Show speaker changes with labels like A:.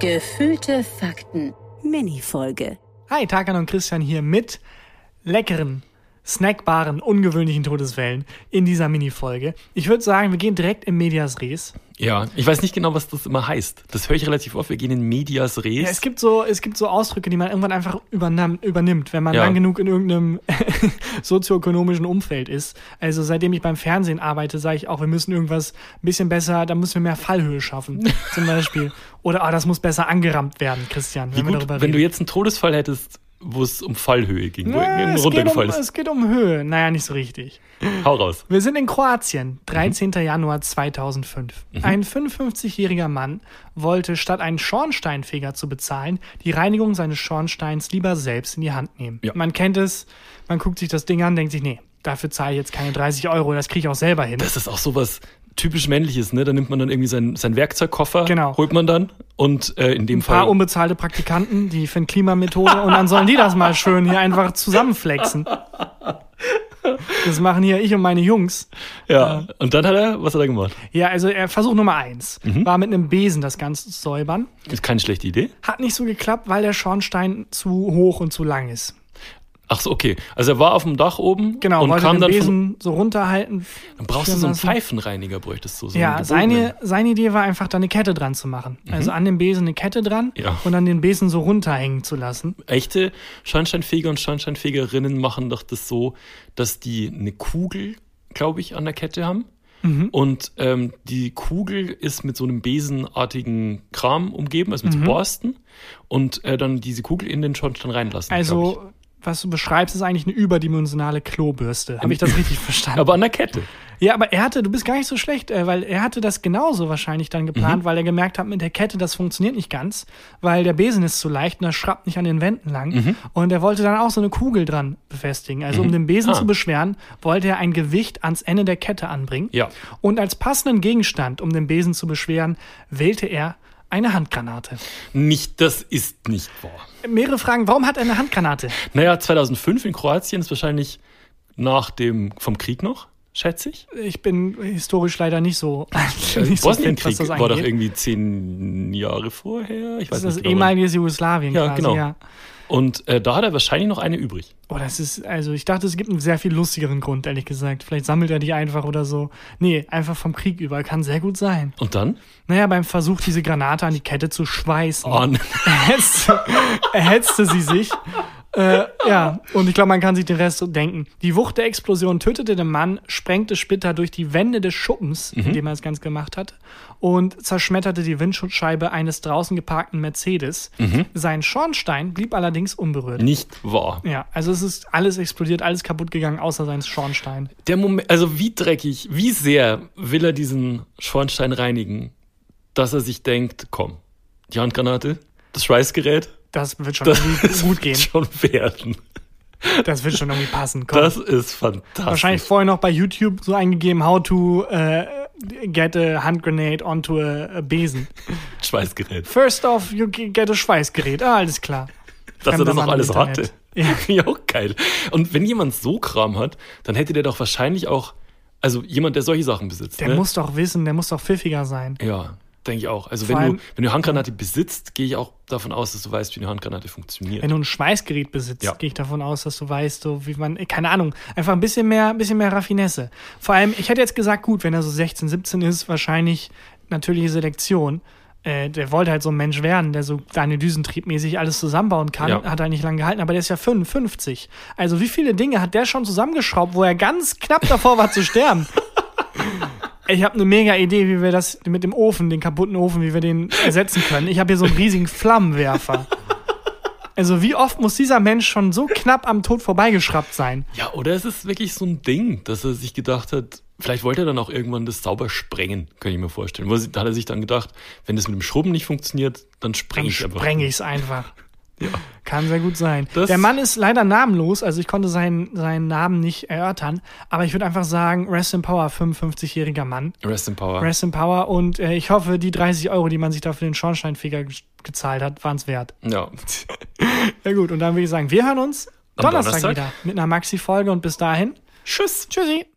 A: Gefühlte Fakten. Mini-Folge.
B: Hi, Tarkan und Christian hier mit leckeren, snackbaren, ungewöhnlichen Todesfällen in dieser Mini-Folge. Ich würde sagen, wir gehen direkt in Medias Res.
C: Ja, ich weiß nicht genau, was das immer heißt. Das höre ich relativ oft. Wir gehen in Medias Res.
B: Ja, es gibt so, es gibt so Ausdrücke, die man irgendwann einfach übernahm, übernimmt, wenn man
C: Ja.
B: lang genug in irgendeinem sozioökonomischen Umfeld ist. Also seitdem ich beim Fernsehen arbeite, sage ich auch, wir müssen irgendwas ein bisschen besser, da müssen wir mehr Fallhöhe schaffen, zum Beispiel. Oder ah, das muss besser angerammt werden, Christian, wenn
C: Wie
B: wir
C: gut,
B: darüber
C: wenn du
B: reden.
C: jetzt einen Todesfall hättest, wo es um Fallhöhe ging, wo
B: Ja,
C: irgendein
B: es, geht um,
C: runtergefallen
B: es geht um Höhe. Naja, nicht so richtig.
C: ist. Hau raus.
B: Wir sind in
C: Mhm.
B: Kroatien, 13. Januar 2005. Ein 55-jähriger Mann wollte statt einen Schornsteinfeger zu bezahlen, die Reinigung seines Schornsteins lieber selbst in die Hand nehmen.
C: Ja.
B: Man kennt es, man guckt sich das Ding an, denkt sich, nee, dafür zahle ich jetzt keine 30 Euro, das kriege ich auch selber hin.
C: Das ist auch sowas typisch männliches, ne? Da nimmt man dann irgendwie seinen, seinen Werkzeugkoffer,
B: Genau.
C: holt man dann und äh, in dem
B: ein paar um-
C: Fall.
B: unbezahlte Praktikanten, die für Klimamethode und dann sollen die das mal schön hier einfach zusammenflexen. Das machen hier ich und meine Jungs.
C: ja. Und dann hat er, was hat er gemacht?
B: Ja, also äh, Versuch Nummer eins
C: Mhm.
B: war mit einem Besen das Ganze zu säubern.
C: Ist keine schlechte Idee.
B: Hat nicht so geklappt, weil der Schornstein zu hoch und zu lang ist.
C: Ach so, okay. Also er war auf dem Dach oben
B: Genau,
C: und
B: wollte
C: kam
B: den
C: dann von,
B: Besen so runterhalten.
C: Dann brauchst du so einen
B: lassen.
C: Pfeifenreiniger, bräuchtest du. So
B: Ja,
C: einen
B: seine,
C: gebogenen.
B: seine Idee war einfach, da eine Kette dran zu machen. Also an dem Besen eine Kette dran
C: Mhm. Ja.
B: und an den Besen so runterhängen zu lassen.
C: Echte Schornsteinfeger und Schornsteinfegerinnen machen doch das so, dass die eine Kugel, glaube ich, an der Kette haben.
B: Mhm.
C: Und ähm, die Kugel ist mit so einem besenartigen Kram umgeben, also
B: Mhm.
C: mit so Borsten. Und äh, dann diese Kugel in den Schornstein reinlassen. glaub
B: Also, was du beschreibst, ist eigentlich eine überdimensionale Klobürste. Habe ich das richtig
C: ich.
B: verstanden?
C: Aber an der Kette.
B: Ja, aber er hatte, du bist gar nicht so schlecht, äh, weil er hatte das genauso wahrscheinlich dann geplant,
C: Mhm.
B: weil er gemerkt hat, mit der Kette, das funktioniert nicht ganz, weil der Besen ist zu leicht und er schraubt nicht an den Wänden lang.
C: Mhm.
B: Und er wollte dann auch so eine Kugel dran befestigen. Also um den Besen
C: Ah.
B: zu beschweren, wollte er ein Gewicht ans Ende der Kette anbringen.
C: Ja.
B: Und als passenden Gegenstand, um den Besen zu beschweren, wählte er eine Handgranate.
C: Nicht, das ist nicht wahr.
B: Mehrere Fragen, warum hat er eine Handgranate?
C: Naja, 2005 in Kroatien ist wahrscheinlich nach dem, vom Krieg noch, schätze ich.
B: Ich bin historisch leider nicht so. nicht so
C: Der
B: fit,
C: Äh, Bosnienkrieg war doch irgendwie zehn Jahre vorher. Ich weiß
B: Das ist das
C: nicht genau, wann.
B: ehemalige Jugoslawien
C: Ja,
B: quasi,
C: genau.
B: ja.
C: Und äh, da hat er wahrscheinlich noch eine übrig.
B: Oh, das ist, also ich dachte, es gibt einen sehr viel lustigeren Grund, ehrlich gesagt. Vielleicht sammelt er die einfach oder so. Nee, einfach vom Krieg über. Kann sehr gut sein.
C: Und dann?
B: Naja, beim Versuch, diese Granate an die Kette zu schweißen,
C: An.
B: erhetzte, erhetzte sie sich. Äh, ja, und ich glaube, man kann sich den Rest so denken. Die Wucht der Explosion tötete den Mann, sprengte Splitter durch die Wände des Schuppens, in dem er es ganz gemacht hatte, und zerschmetterte die Windschutzscheibe eines draußen geparkten Mercedes. Sein Schornstein blieb allerdings unberührt.
C: Nicht wahr.
B: Ja, also es ist alles explodiert, alles kaputt gegangen, außer sein Schornstein.
C: Der Moment, also wie dreckig, wie sehr will er diesen Schornstein reinigen, dass er sich denkt, komm, die Handgranate, das Schweißgerät,
B: Das wird schon
C: das
B: irgendwie gut
C: wird
B: gehen.
C: schon werden.
B: Das wird schon irgendwie passen. Komm.
C: Das ist fantastisch.
B: Wahrscheinlich vorher noch bei YouTube so eingegeben, how to äh, get a hand grenade onto a, a Besen.
C: Schweißgerät.
B: First off, you get a Schweißgerät. Ah, alles klar.
C: Dass er
B: Fremder
C: das noch
B: Mann im
C: alles
B: Internet.
C: hatte. Finde ich auch geil. Und wenn jemand so Kram hat, dann hätte der doch wahrscheinlich auch, also jemand, der solche Sachen besitzt.
B: Der
C: ne?
B: muss doch wissen, der muss doch pfiffiger sein.
C: Ja, denke ich auch. Also
B: Vor
C: wenn
B: allem-
C: du, wenn du Handgranate besitzt, gehe ich auch davon aus, dass du weißt, wie eine Handgranate funktioniert.
B: Wenn du ein Schweißgerät besitzt,
C: Ja.
B: gehe ich davon aus, dass du weißt, so wie man, keine Ahnung, einfach ein bisschen mehr, ein bisschen mehr Raffinesse. Vor allem, ich hätte jetzt gesagt, gut, wenn er so 16, 17 ist, wahrscheinlich natürliche Selektion. Äh, der wollte halt so ein Mensch werden, der so deine Düsentriebmäßig alles zusammenbauen kann.
C: Ja.
B: Hat er nicht lange gehalten, aber der ist ja 55. Also wie viele Dinge hat der schon zusammengeschraubt, wo er ganz knapp davor war zu sterben? Ich habe eine mega Idee, wie wir das mit dem Ofen, den kaputten Ofen, wie wir den ersetzen können. Ich habe hier so einen riesigen Flammenwerfer. Also wie oft muss dieser Mensch schon so knapp am Tod vorbeigeschraubt sein?
C: ja, oder es ist wirklich so ein Ding, dass er sich gedacht hat, vielleicht wollte er dann auch irgendwann das sauber sprengen, kann ich mir vorstellen. Wo sie- Da hat er sich dann gedacht, wenn das mit dem Schrubben nicht funktioniert, dann spreng
B: Dann
C: ich einfach.
B: spreng ich's einfach. Kann sehr gut sein.
C: Das-
B: Der Mann ist leider namenlos, also ich konnte seinen, seinen Namen nicht erörtern, aber ich würde einfach sagen, Rest in Power, 55-jähriger Mann.
C: Rest in Power.
B: Rest in Power und äh, ich hoffe, die 30 Euro, die man sich da für den Schornsteinfeger ge- gezahlt hat, waren's wert.
C: Ja.
B: Ja gut, und dann würde ich sagen, wir hören uns
C: Am
B: Donnerstag,
C: Donnerstag.
B: wieder mit einer Maxi-Folge und bis dahin,
C: Tschüss.
B: tschüssi.